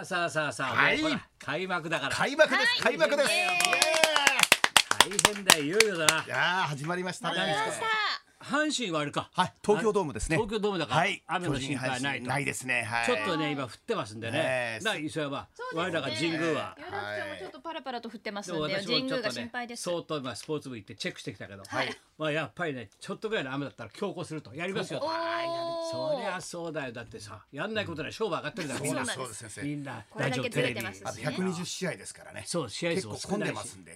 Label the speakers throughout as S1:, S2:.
S1: さあさあさあさあ、
S2: はい
S1: もうほら開幕だから
S2: 開幕です開幕です
S3: イエーイ
S1: 大変だよいよいよだな
S2: やー始まりましたね
S3: 来ました。
S1: 阪神はあれか
S2: はい東京ドームですね
S1: 東京ドームだから、
S2: はい
S1: 雨の心配はない
S2: 巨
S1: と
S2: 人阪神ないですねはい
S1: ちょっとね今降ってますんでね、
S2: ねえ
S1: だから磯山、
S3: そう
S1: 我
S3: ですね
S1: らが神宮は
S3: 有楽町もちょっとパラパラと降ってま
S1: で
S3: すんで、
S1: も私
S3: 神
S1: もちょ
S3: 宮
S1: っと
S3: が
S1: ね
S3: 心配です。
S1: 相当今スポーツ部行ってチェックしてきたけど、
S3: はい
S1: まあやっぱりねちょっとぐらいの雨だったら強行するとやりますよと
S3: おー
S1: そりゃそうだよだってさやんないことない勝負上がってるだろ
S2: みんな
S3: そうなんです
S2: そうです先
S1: み
S2: 生
S1: んな
S3: これだけ
S1: ラジオテレビ
S3: ずれてますし
S2: あと120試合ですからね
S1: そう試合
S2: 結
S1: 数
S2: 構
S1: も少
S2: 混ん
S1: ない
S2: で
S1: し
S2: ますんで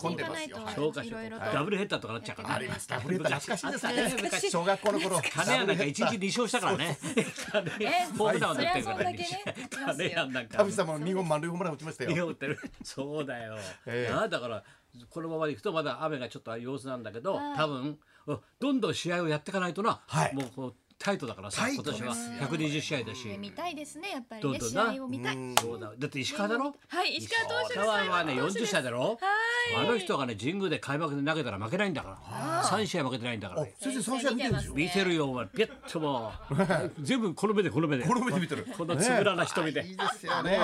S1: 混んでる
S3: ね、消化していかないと
S2: はい
S1: 消化し
S3: い
S1: よ
S3: ろ
S1: う
S3: いろと。
S1: ダブルヘッダーとかなっちゃうから
S2: ありましたダブルヘッダー懐かしいですね
S3: 昔
S2: 小学校の頃
S1: 金谷なんか一
S2: ダ
S1: 日
S2: ブルヘッ
S1: 二
S2: ダー
S1: 勝したからね。
S3: え
S1: ホームランを打ってるか
S3: そりゃそ
S1: ら
S3: んだ
S1: ね
S3: けね。
S1: 金谷なんか
S2: 田。淵さんも二本満塁ホームラン打ちましたよ
S1: 打ってる。そうだよ。
S2: ええ
S1: なあだからこのままでいくとまだ雨がちょっと様子なんだけど、
S3: い
S1: 多分うんどんどん試合をやっていかないとな。
S2: はい
S1: もうこうタイトだからさ、
S2: タイ
S1: 今
S2: トで
S1: 年
S2: すよ
S1: は百二十試合だし。
S3: 見たいですね、やっぱり
S1: どう
S3: ね、
S1: ぞ
S3: 試
S1: な
S3: 合を見たい。
S2: うん
S1: そうだ。だって石川だろ。
S3: はい、石川投手
S1: 石
S3: です。
S1: 川はね四
S3: 投手
S1: 十
S3: です
S1: 試合だろ。
S3: は
S1: あ
S3: い。
S1: の人がね神宮で開幕で投げたら負けないんだから。三試合負けてないんだから
S2: あ。先生三試合見てるんですよ
S1: 見てるよお前ピュッとも う全部この目でこの目で
S2: この目で見てる
S1: このつぶらな瞳で
S2: ねいいですよね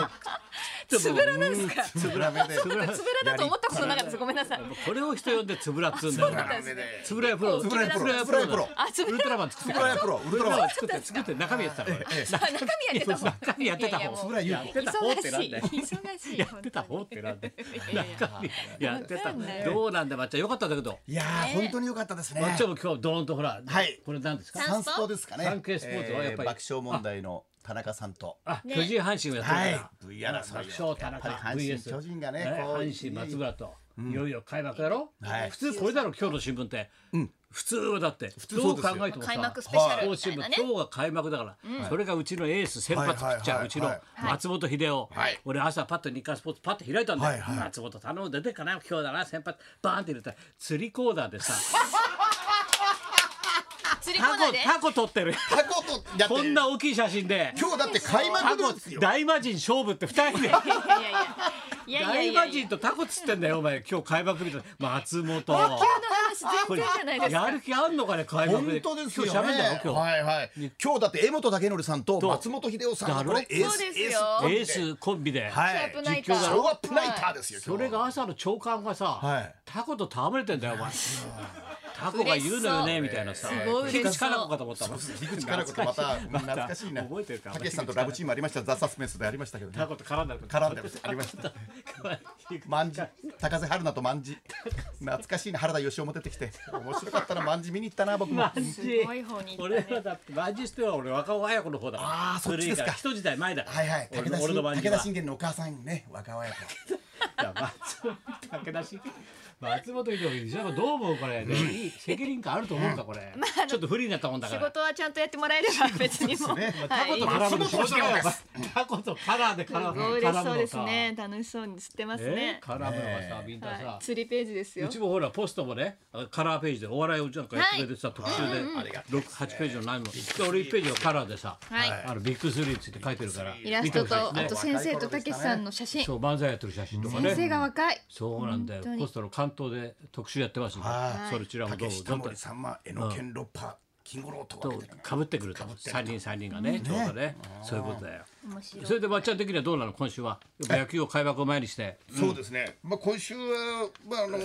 S1: つぶらなですか
S2: つぶら目でつぶら
S3: つぶらだと思ったことなかったです。ごめんなさい。
S1: これを人呼んでつぶらっつうんだよ
S2: 目で
S1: つぶらやプロ
S2: つぶらやプロ
S1: つぶらや
S2: つぶらやプロ
S1: だ
S3: あつぶ
S1: ウ
S3: ら
S1: ルトラマン作って
S2: つぶらやプロウルトラマン
S1: 作って作って中身やってたの
S3: 中身やってた方。
S1: 中身やってた方
S3: い
S2: ら
S3: やい
S2: ゆう
S3: や
S2: こ
S3: もう
S1: やってた方ってなんだよ
S3: 忙しい。忙しい。
S1: やってた方ってなんで中身やってた
S3: わかんない
S1: どうなんだまっちゃんよかったんだけど
S2: いやー本当に良かったですね
S1: まっちゃんも今日ドーンとほら
S2: はい
S1: これなんですか
S3: さ
S2: サンスポですかね。
S1: サンケイスポーツはやっぱり
S2: 爆笑問題の田中さんと。
S1: あ
S3: ね
S1: 巨人阪神をやってるから
S2: はい V 争い
S1: 爆笑田中
S2: やっぱり阪神
S1: VS
S2: 巨人がねこう
S1: 阪神松村といよいよ開幕だろ
S2: はい
S1: 普通これだろ今日の新聞って普通はだって
S2: 通そうです
S1: ど
S2: よ
S1: う考えてもさ
S3: 開幕スペシャル
S1: 甲
S3: み
S1: 子
S3: た
S1: 園
S3: い
S1: も
S3: なね。
S1: 今日が開幕だからそれがうちのエース先発ピッチャ
S2: は
S1: ー
S2: いう
S1: ちの
S2: はい
S1: 松本秀夫
S2: はい
S1: 俺朝パッと日刊スポーツパッと開いたんだ
S2: はい
S1: よ
S2: はい
S1: 松本頼む出てるかな今日だな先発バーンって入れたら釣りコーナーでさ
S3: 釣りコ
S1: タ
S3: ーナー
S1: コ
S3: で。
S1: タコ撮 ってる
S2: タコとだって
S1: こんな大きい写真で
S2: 今日だって開幕
S1: タ
S2: の
S1: コ
S2: ですよ。
S1: 大魔神勝負って二人で。
S3: いやいやいや。いやいや
S1: 大
S3: いや。
S1: 魔神とタコ釣ってんだよお前今日開幕日だ松本
S3: の話全然じゃないですか。
S1: やる気あんのかね開幕
S2: 本当ですよね。
S1: 今日喋んだろ今日、
S2: はいはい。今日だって江本武則さんと
S1: う
S2: 松本秀夫さん
S1: だ
S2: が
S1: ろ
S2: これエー
S3: そう
S2: ス
S3: です
S2: エ
S3: よ
S2: ースコンビ
S1: エースコンビで、
S2: では
S3: シ
S2: い
S3: ャープナイター。
S2: ショーアップナイターですよ。
S1: それが朝の長官がさ、
S2: はい
S1: タコと戯れてんだよお前タコが言うのよねみたいなさ
S3: すごい嬉しそう
S1: 口からかと思ったもん
S2: 今日。樋口からことま たうん懐かしいな。
S1: 覚えてるか
S2: たけしさんとラブチームありました。ザサスペンスでありましたけどね
S1: タ。コと絡んだの
S2: 絡んでますありま した。まんじ高瀬春菜とまんじ懐かしいな原田芳雄も出てきて面白かったなまんじ見に行ったな僕も
S1: マジ
S3: すごい方に行ったね
S1: 俺はだってマジしては俺若尾綾子の方だから
S2: あーそっちです
S1: 古いら
S2: か
S1: 人時代前だから
S2: はいはい
S1: 俺
S2: 武田
S1: の俺
S2: 信
S1: の番
S2: 武
S1: 組
S2: 田
S1: は
S2: 信玄のお母さんね若親子
S1: いや松本武田信松本伊藤石原どう思うこれ、ね、いい責任感あると思うかこれ、ちょっと不利になったもんだか
S3: 仕
S1: ら
S3: 事はちゃんとやってもらえれば別にもう。
S2: ですね
S3: はい
S2: まあ
S1: 絡むの
S2: 仕事なんです
S1: お前タコとカラーです絡む
S3: ごい嬉しそうです
S1: 絡む
S3: ね。楽しそうに釣ってま
S1: の
S3: す
S1: さ
S3: ね
S1: え。絡むのがさみんな
S3: は
S1: さ
S3: い、釣りページですよ
S1: うち。もほらポストもねカラーページでお笑いをなんかやってくれてさ、特集で
S2: ありがたい
S1: 六八ページのないもので俺一ページはカラーでさ、
S3: はい
S1: あのビッグスリーについて書いてるから
S3: イラスト
S1: 見てほしい
S3: と、
S1: ね
S3: あと先生とたけしさんの写真。
S1: そう漫才やってる写真とかね
S3: 先生が若い。
S1: そうなんだよ
S3: 本当に
S1: ポストの関東で特集やってますんで
S2: は
S1: それちらもど
S2: 武
S1: う
S2: 士
S1: ぞ
S2: タ
S1: どん
S2: モ
S1: どん
S2: リさんま江野健六波金五郎とかみたいな
S1: かぶってくると三人三人がねちょうどねそういうことだよ
S3: 面白い
S1: そ。れで抹茶的にはどうなの今週はやっぱ野球を開幕を前にして
S2: そうですね、まあ、今週は、まあ、あのや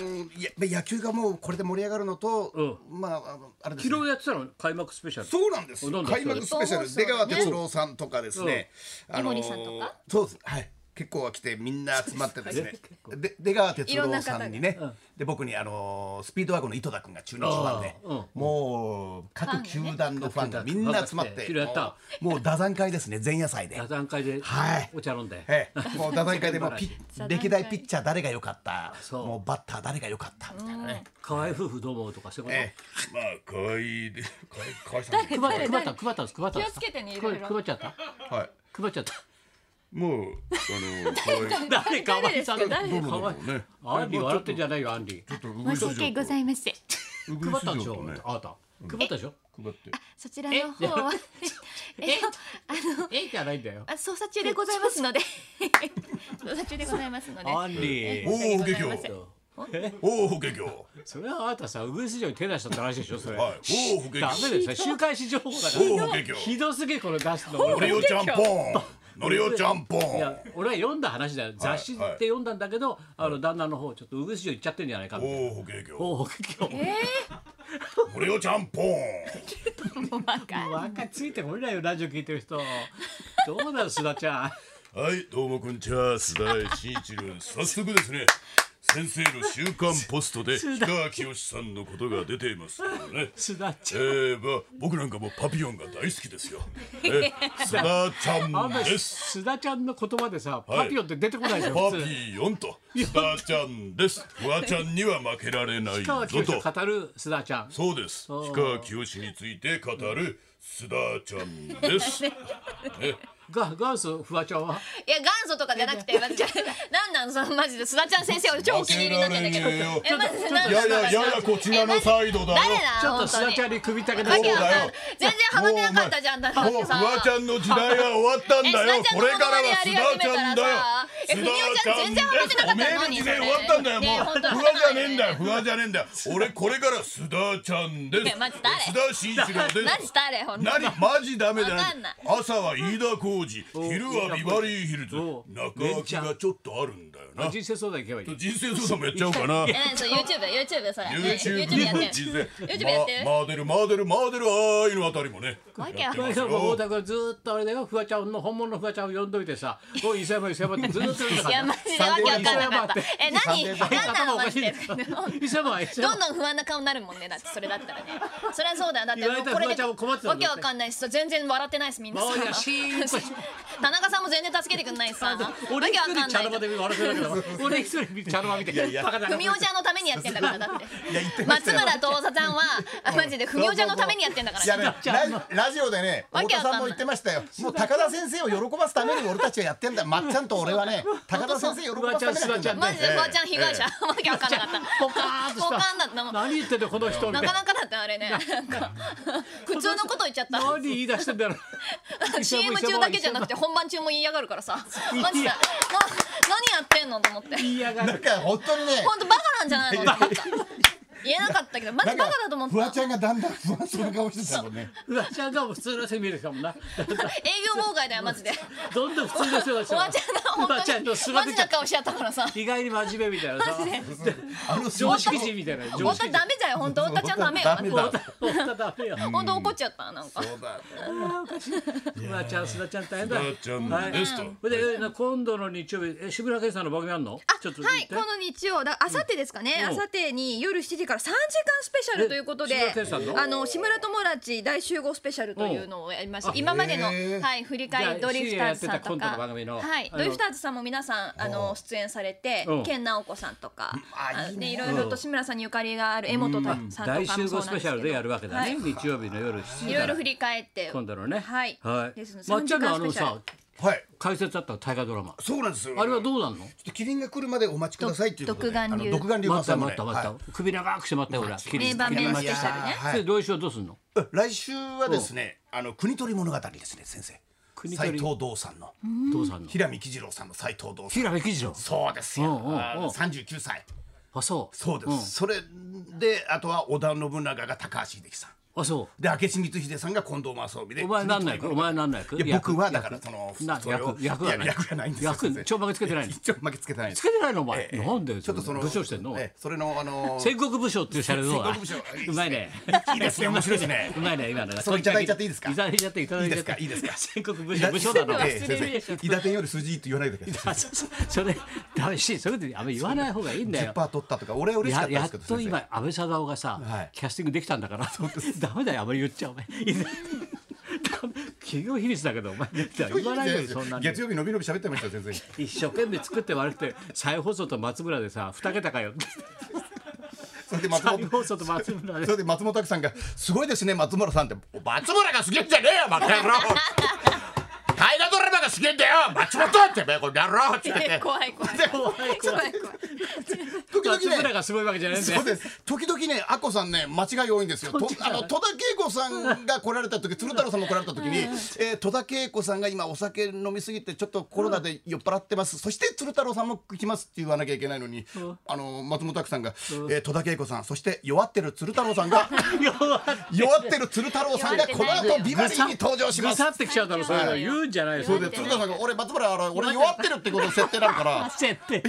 S2: 野球がもうこれで盛り上がるのと、まああのあれですね
S1: 昨日やってたの開幕スペシャル
S2: そうなんですよ
S1: どんどん
S2: 開幕スペシャル出川
S3: ね
S2: 哲朗さんとかですね、
S3: 江守さんとか
S2: そうですはい結構来てみんな集まってですねで出川哲朗さんにねで僕にあのースピードワゴンの井戸田君が中日ファンで、
S1: うん
S2: もう各球団のファンがみんな集まって
S1: ファンがね
S2: もうもう打算会ですね前夜祭で
S1: 座。談会で
S2: はい
S1: お茶飲んで
S2: ええ、もう打算会でもうピ
S3: 座談会
S2: 歴代ピッチャー誰が良かった
S1: そう
S2: もうバッター誰が良かったみたいなね、
S1: 河合夫婦どう思うとかそういう
S2: え
S1: こ
S2: え、まあ可愛いで可愛さんで
S1: と配った配ったんです配ったんです
S3: 気をつけてねいろいろ
S1: 配っちゃった
S2: はい
S1: 配っちゃった
S2: もうあの可愛い
S1: 誰かわいさん
S3: 誰
S2: どうもどう
S1: 河
S2: も
S1: 合
S2: ね。
S1: アンリ笑ってんじゃないよアンリ
S2: ちょっと
S3: 申し訳ございません。
S1: 配ったんでしょあなた配ったでしょ
S2: 配って。
S3: そちらの方は、えっと、あの、
S1: えじゃないんだよ
S3: あ捜査中でございますので、捜査中でございますので。
S1: アンリ
S2: おお、げきょ
S3: 申し訳ございません
S2: う。おお、げきょ
S1: それはあなたさウグイス嬢に手出したって話でしょそれ
S2: う。はい。おお、げきょ
S1: ダメですよ週刊誌情報だから
S2: おお、げきょう。
S1: ひどすぎこの出すの
S2: 俺よちゃんぽん。
S4: のりおちゃんぽん
S1: いや俺は読んだ話だよ雑誌って読んだんだけど、あの旦那の方ちょっとうぐしお行っちゃってんじゃないかみたいな
S4: おおほけきょ
S1: おお今日
S4: のりおちゃんぽん
S3: もうわかんない
S1: 若いついてこれないよラジオ聞いてる人どうなの須田ちゃん
S4: はいどうもこんにちは須田慎一郎 早速ですね先生の週刊ポストで氷川きよしさんのことが出ていますからね
S1: 須田ち
S4: え
S1: ゃん
S4: ーまあ、僕なんかもうパピオンが大好きですよ。え須田ちゃ
S1: あ
S4: ん
S1: んな
S4: です。
S1: 須田ちゃんの言葉でさ
S4: はい
S1: パピオンって出てこないじゃん、
S4: パ
S1: 普通
S4: ピオンと須田ちゃんです。フワちゃんには負けられないぞ
S1: 川清
S4: と
S1: を。語る須田ちゃん
S4: そうです。氷川きよしについて語る須田ちゃんです。
S1: が元祖フワちゃんはい
S3: や元祖とかじゃなくてマジでなんなんそのマジで須田ちゃん先生俺超お気に入りなんだけど
S4: 負けられねえよ
S3: えマジでなん
S4: や
S3: なん
S4: やややこちらのサイドだよ。
S3: 誰だ
S1: ちょっと
S3: 本当
S1: 須田
S3: に
S1: ちゃんに首たけ
S3: わ
S1: 出
S4: そう
S3: け
S1: て
S3: わかん
S4: だ
S3: な
S4: よ
S3: い全然ハマってなかったじゃんだって
S4: もうフワちゃんの時代が終わったんだ
S3: え須
S4: よ
S3: 田ちゃん
S4: これからは須田ちゃんだよ
S3: え文雄
S4: 須田
S3: ちゃん全然ハマってなかった
S4: おめ
S3: の
S4: え
S3: 何
S4: の時
S3: それ
S4: 代終わったんだよも
S3: ねえ
S4: う
S3: 本当
S4: フワじゃねえんだよフワじゃねえんだよ俺これから須田ちゃんです
S3: ねえマジ誰
S4: 須田慎一 郎
S3: マ
S4: で
S3: ジ
S4: す
S3: 誰ほんと
S4: 何マジダメだよ
S3: わかんない
S4: 朝は飯田浩二昼はビバリーヒルズ
S1: お
S4: 中空きがちょっとあるんだよな
S1: 人生相談行けばいい
S4: 人生相談もやっちゃおうかな
S3: え何それ YouTube YouTube それ
S4: YouTube
S3: やってる
S4: で
S3: YouTube やってる
S4: マーデルマーデルマーデルあーいのあたりもね
S3: わけ
S4: や
S3: わ
S4: って
S3: かん
S4: ま
S3: ない
S4: すよ
S1: もう太田君ずーっとあれだよフワちゃんの本物のフワちゃんを呼んどいてさ「おい伊勢山伊勢山」ってずーっと言って
S3: いやマジでわけわかんなかったえ何
S1: 伊勢
S3: 何な
S1: 頭
S3: の
S1: お
S3: マ
S1: かし
S3: ジ
S1: い
S3: で
S1: ですか伊勢山伊勢
S3: ど
S1: 山
S3: んどん不安な顔になるもんねだってそれだったらねそれはそうだよだって
S1: 言われたら
S3: これ
S1: フワちゃんも困ってたも
S3: わ
S1: ん
S3: けわかんないしさ全然笑ってないしみんなさ
S1: 周りがシーンとして
S3: 田中さんも全然助けてくんないしさわけわ
S1: 俺一人
S3: かん
S1: 茶
S3: な
S1: の間
S3: い
S1: で笑ってたけど俺一人茶の間見て
S4: いや
S1: バカだな
S3: ふみおちゃんのためにやってんだからだって
S2: いや言ってまし
S3: 松
S2: たよ
S3: 村と大佐さんはマジでふみおちゃんのためにやってんだか
S2: いや
S3: ら
S2: ね、ララジオでね
S3: わ
S2: 太
S3: けわ
S2: 田
S3: か
S2: さん
S3: んない
S2: も言ってましたよもう高田先生を喜ばすために俺たちはやってんだまっちゃんと俺はね高田先生喜ばすためにやってんだ
S1: うわちゃんすわちゃん
S3: マジでフワちゃん被害者わけわかんなかった
S1: ポカーンとし
S3: ポカーンだった
S1: た
S3: もん
S1: 何言ってんだよこの人み
S3: な
S1: たい
S3: か
S1: な
S3: なかだったあれねなんか 普通のこと言っちゃった
S1: 何言い出してんだろ
S3: CM 中だけじゃなくて本番中も言いやがるからさマジでな何やってんのと思って
S1: 言いやが
S2: なん
S1: る
S2: か本当にね
S3: 本当バカなんじゃないの言えなかったけどマジバカだと思っ
S2: フワ
S3: た
S2: ちゃんがだんだん不安そうな顔してたもんね
S1: フワちゃんがもう普通の人に見えるかもな
S3: 営業妨害だよマジで
S1: どんどん普通の人だし
S3: フワちゃん
S1: フ
S3: が
S1: ワちゃん
S3: 本当
S1: の
S3: に
S1: 素が
S3: マ
S1: 出
S3: ジ
S1: ちゃ
S3: な
S1: っ
S3: 顔しちゃったからさ
S1: た意外に真面目みたいなさ
S2: あの
S1: 常識人みたいな常
S3: 太
S1: 識人
S3: 田ダメだよ本当太田ちゃんダメよ
S2: ダメだ
S1: 太田ダメよ
S3: 本当怒っちゃったなんか
S1: フワちゃん須田ちゃん大変だ
S4: 須田ちゃんですと
S1: それで今度の日曜日え志村けんさんの番組あんのちょっと
S5: はい、こ
S1: 言っ
S5: の日曜だ、あさってですかね、
S1: うん
S5: あさってに夜7時から3時間スペシャルということで
S1: え志村けんさん。の
S5: あの志村友達大集合スペシャルというのをやりました。今までの、はい、振り返り
S1: じゃ
S5: ド
S1: あ
S5: リフターズさんと
S1: 深夜やってたコントの
S5: か。
S1: 番組の
S5: はい、
S1: あの
S5: ドリフターズさんも皆さん、あの出演されて
S1: うん、
S5: 健直子さんとか。
S2: あ
S5: あ
S2: いいね
S5: ね、いろいろと志村さんにゆかりがある江本さんと
S1: て
S5: か
S1: 大
S5: も
S1: 集
S5: そ
S1: 合
S5: う
S1: ス
S5: なん
S1: ペ
S5: です
S1: シャルで
S5: け
S1: や
S5: ど。
S1: るわけだね日曜日の夜7
S5: いろ
S1: 時か
S5: いろ
S1: ら
S5: 振り返って。
S1: 今度のね
S5: はい
S1: はい
S5: ですので
S1: まっちゃんのあ
S5: 3
S1: の
S5: 時間
S1: さ
S5: ス
S4: はい
S1: 解説あったの大河ドラマ
S4: そうなんですよ
S1: あれはどうなんの
S2: キリンが来るまでお待ちくださいっていうことで
S5: 独眼
S2: あ
S5: 竜
S2: の独眼
S1: 待
S2: 竜マ
S1: っ
S2: サ
S1: た
S2: ム
S1: 待っ
S2: ね
S1: た待った首長くして待ったよ俺はキリ
S5: 名
S1: ン
S5: 場面スペシャル
S2: いや
S5: ね。
S2: ーは
S1: それ
S2: い
S1: どういう人どうすんの
S4: 来週はですねあの国取物語ですね先
S1: 国
S4: 生
S1: 盗り
S4: 斎藤道さんの
S1: 父さんの
S4: 平見喜次郎さんの斎藤道さん
S1: 平部喜次郎
S4: そうです
S1: うんうんうん
S4: よ三十九歳
S1: あそう
S4: そうです、
S1: ん
S4: それであとは織田信長が高橋英樹さん
S1: あそ
S4: で明智光秀さんが近藤正臣で
S1: うお前なんないかお前なんないか
S4: いや僕はだからその
S1: な
S4: それを
S1: 役役はい
S4: や役がないんですよ
S1: 役
S4: 先生
S1: ちょんまげつけてないのつ
S4: 一応負けつけてないです
S1: けてないのお前
S4: ええ
S1: なんで
S4: ちょっとその
S1: 武将してんの
S4: ええそれのあの
S1: 戦国武将っていうシャレどうだ
S4: 戦国武将
S1: うまいね
S4: いいですね面白いですね
S1: うまいね今のが
S2: それいただいちゃっていいですか
S1: いただいちゃっていただいちゃって
S4: いいですかいい
S1: 戦
S4: ですか
S1: 国武将武将だろ
S4: ええ先生伊達天より数字いいって言わないでください
S1: あそそそれダメしそれであんま言わない方がいいんだよ
S4: 10%取ったとか俺は嬉しか
S1: や
S4: ったで
S1: やっ
S4: すけど先
S1: と
S4: 生
S1: 今安倍貞夫がさ、
S4: はい
S1: キャスティングできたんだからダメだよあまり言っちゃお前企業比率だけどお前言わないよそんなの
S4: 月曜日のびのび喋ってましたよ先生
S1: 一生懸命作って悪くて再放送と松村でさ二桁かよ
S4: それで松
S1: 再
S4: 本
S1: 放送と松村で
S4: それで松本拓さんが「すごいですね松村さん」って「お松村がすげえんじゃねえよバカ野郎」「大河ドラマがすげえんだよ松本」ってめえこの野郎って言っ てて
S3: 怖い怖い
S5: 怖い怖い
S2: 時
S1: 松
S2: 々
S1: 村
S2: ね
S1: がすごいわけじゃないんだ
S2: そ
S1: よ
S2: うです時々ねアッコさんね間違い多いんですよとあの戸田恵子さんが来られた時鶴太郎さんも来られた時に、えー戸田恵子さんが今お酒飲みすぎてちょっとコロナで酔っ払ってます、そして鶴太郎さんも来ますって言わなきゃいけないのに、あの松本拓さんが、えー戸田恵子さんそして弱ってる鶴太郎さん が弱ってる鶴太郎さんがこの後ビバリーに登場し
S1: ぐ
S2: ます
S1: さってきちゃうだろそういうの言うんじゃないよ
S2: そうです鶴田さんが俺松村あの俺弱ってるってことの設定なのから
S1: 設定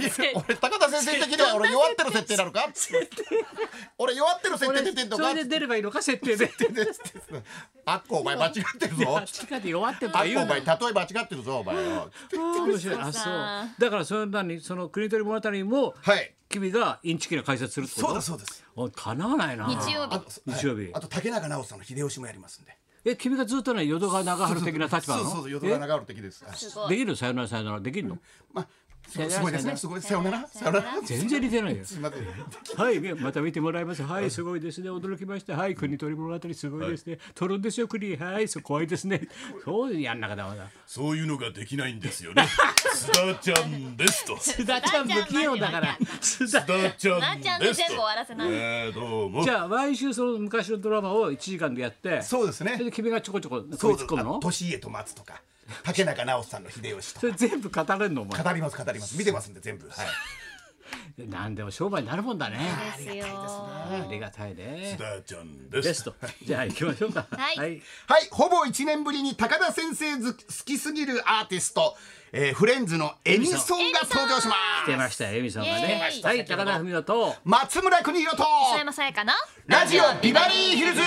S2: 俺高田先生的には俺弱ってる設定なのか俺弱ってる設定出てんの
S1: そ
S2: か
S1: れで出ればいいのか設定で
S2: あっこお前間違ってるぞ
S1: あっちかで弱って
S2: あっ
S1: ば
S2: こ
S1: 言う
S2: お前例え間違ってるぞお前よ
S1: 面白いあそうだからそれなにその国取り物語も
S2: はい
S1: 君がインチキな解説するってこと
S2: そうですそうで
S1: お
S2: す
S1: 叶わないな
S3: 日曜日
S2: あとはい
S1: 日曜日
S2: あと竹中直人の秀吉もやりますんで
S1: え君がずっとね淀川長春的な立
S2: そ
S1: 場
S2: う
S1: な
S2: そう
S1: の
S2: そう淀川長春的ですはい
S3: すご
S1: え
S3: い
S1: できるさよならさよならできるの
S2: まあすすごいですねすごいさよならさよなら
S1: 全然似てないよ
S2: すいません
S1: はい、また見てもらいます。はい、すごいですね。驚きました。はい、国取り物語すごいですね。取るんですよ、国。はい、そう、怖いですね。そう、やんなかだまだ。
S4: そういうのができないんですよね須田ちゃんですと須
S1: 須田ちゃん不器用だから。須田。
S4: 田ちゃ
S3: なあ
S4: ん
S3: ちゃんで
S4: です
S3: 全部終
S4: と
S3: わらせない
S4: えーどうも
S1: じゃあ、毎週その昔のドラマを1時間でやって、
S2: そうですね
S1: それで君がちょこちょこ
S2: そ
S1: 食い
S2: うで
S1: つ
S2: す
S1: く
S2: あ
S1: む
S2: の
S1: の
S2: 利家と松とか竹中直人さんの秀吉と
S1: それ全部語れんのお前
S2: か語ります語ります見てますんで全部はい
S1: なんでも商売になるもんだね
S3: ですよ
S1: ありがたいね
S4: 須田ちゃんです
S1: ですとじゃあ行きましょうか
S3: はい
S2: はい、ほぼ1年ぶりに高田先生ず好きすぎるアーティスト、えーフレンズのエミソンが登場しま
S1: 出
S2: す
S1: ましたよエミさんが
S3: イエーイ出
S1: ね
S3: ました
S1: はい高田文夫と
S2: 松村邦洋と
S3: 磯山さやかな
S2: ラジオビバリーヒルズ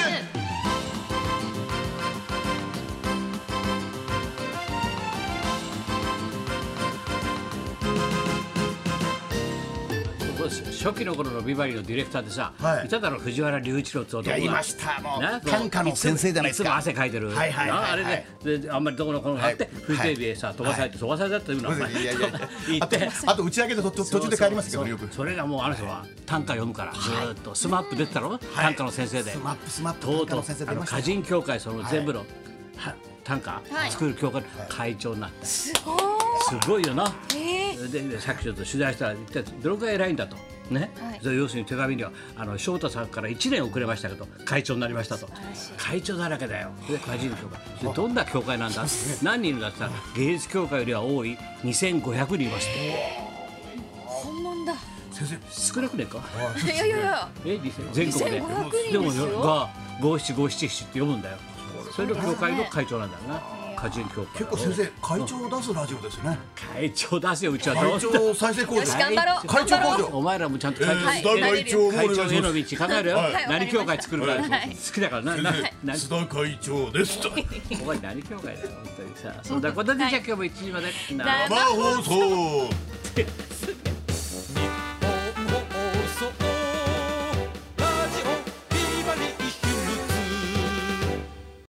S1: 初期の頃のビバリーのディレクターでさ、
S2: はい
S1: ただの藤原龍一郎って男が
S2: いやいましたもう
S1: な
S2: 短歌の先生じゃないですか
S1: いつも汗かいてる、
S2: はいはいはいはい
S1: なあれでであんまりどこのこのがあって、
S2: はい
S1: フジテレビへさ飛ばされて、飛ばされたっていうのはお前
S2: いやいやいや
S1: 言
S2: あ
S1: って
S2: とあと打ち上げでとと途中で帰りますけどねよく
S1: それがもうあの人は短歌読むからずーっとスマップ出てたろ、短歌の先生で
S2: スマップスマップ
S1: とうとう
S2: 短歌の先生
S1: あ
S2: 出
S1: の
S2: ました
S1: 歌
S2: よ
S1: 人協会その全部の、は短歌、
S3: はい
S1: 作る協会の会長になって、すごいよな、ででさっきちょっと取材したら一体どのくらい偉いんだと。ねそれ要するに手紙にはあの翔太さんから1年遅れましたけど会長になりましたと会長だらけだよで歌人協会でどんな協会なん だ何人いるんだって言ったら芸術協会よりは多い2500人いますって
S6: 本物だ
S1: 少なくねえか
S6: いやいやいや
S1: え全国で
S6: 2500
S1: で
S6: 人
S1: も
S6: です
S1: よ
S6: よ
S1: が五七五七七って読むんだよそれの協会の会長なんだよな歌人協会
S2: 結構先生会長を出すラジオですね
S1: 会長出せようちはど
S2: 会
S1: うした
S2: 長再生工場
S6: よし頑張ろう
S2: 会長
S6: 頑張
S2: 工
S6: ろ
S2: 場
S1: お前らもちゃんと会長
S4: えー須田会長もお願
S1: 会
S4: いし
S1: 長
S4: ます
S1: への道考えるよ
S4: はい
S1: 何協会作るから好
S6: はい
S1: きだからなな
S4: 先生
S1: な
S4: 須田会長ですと
S1: お前何協会だよ本当にさそんなことでじゃあ今日も一時まで生
S4: 生放送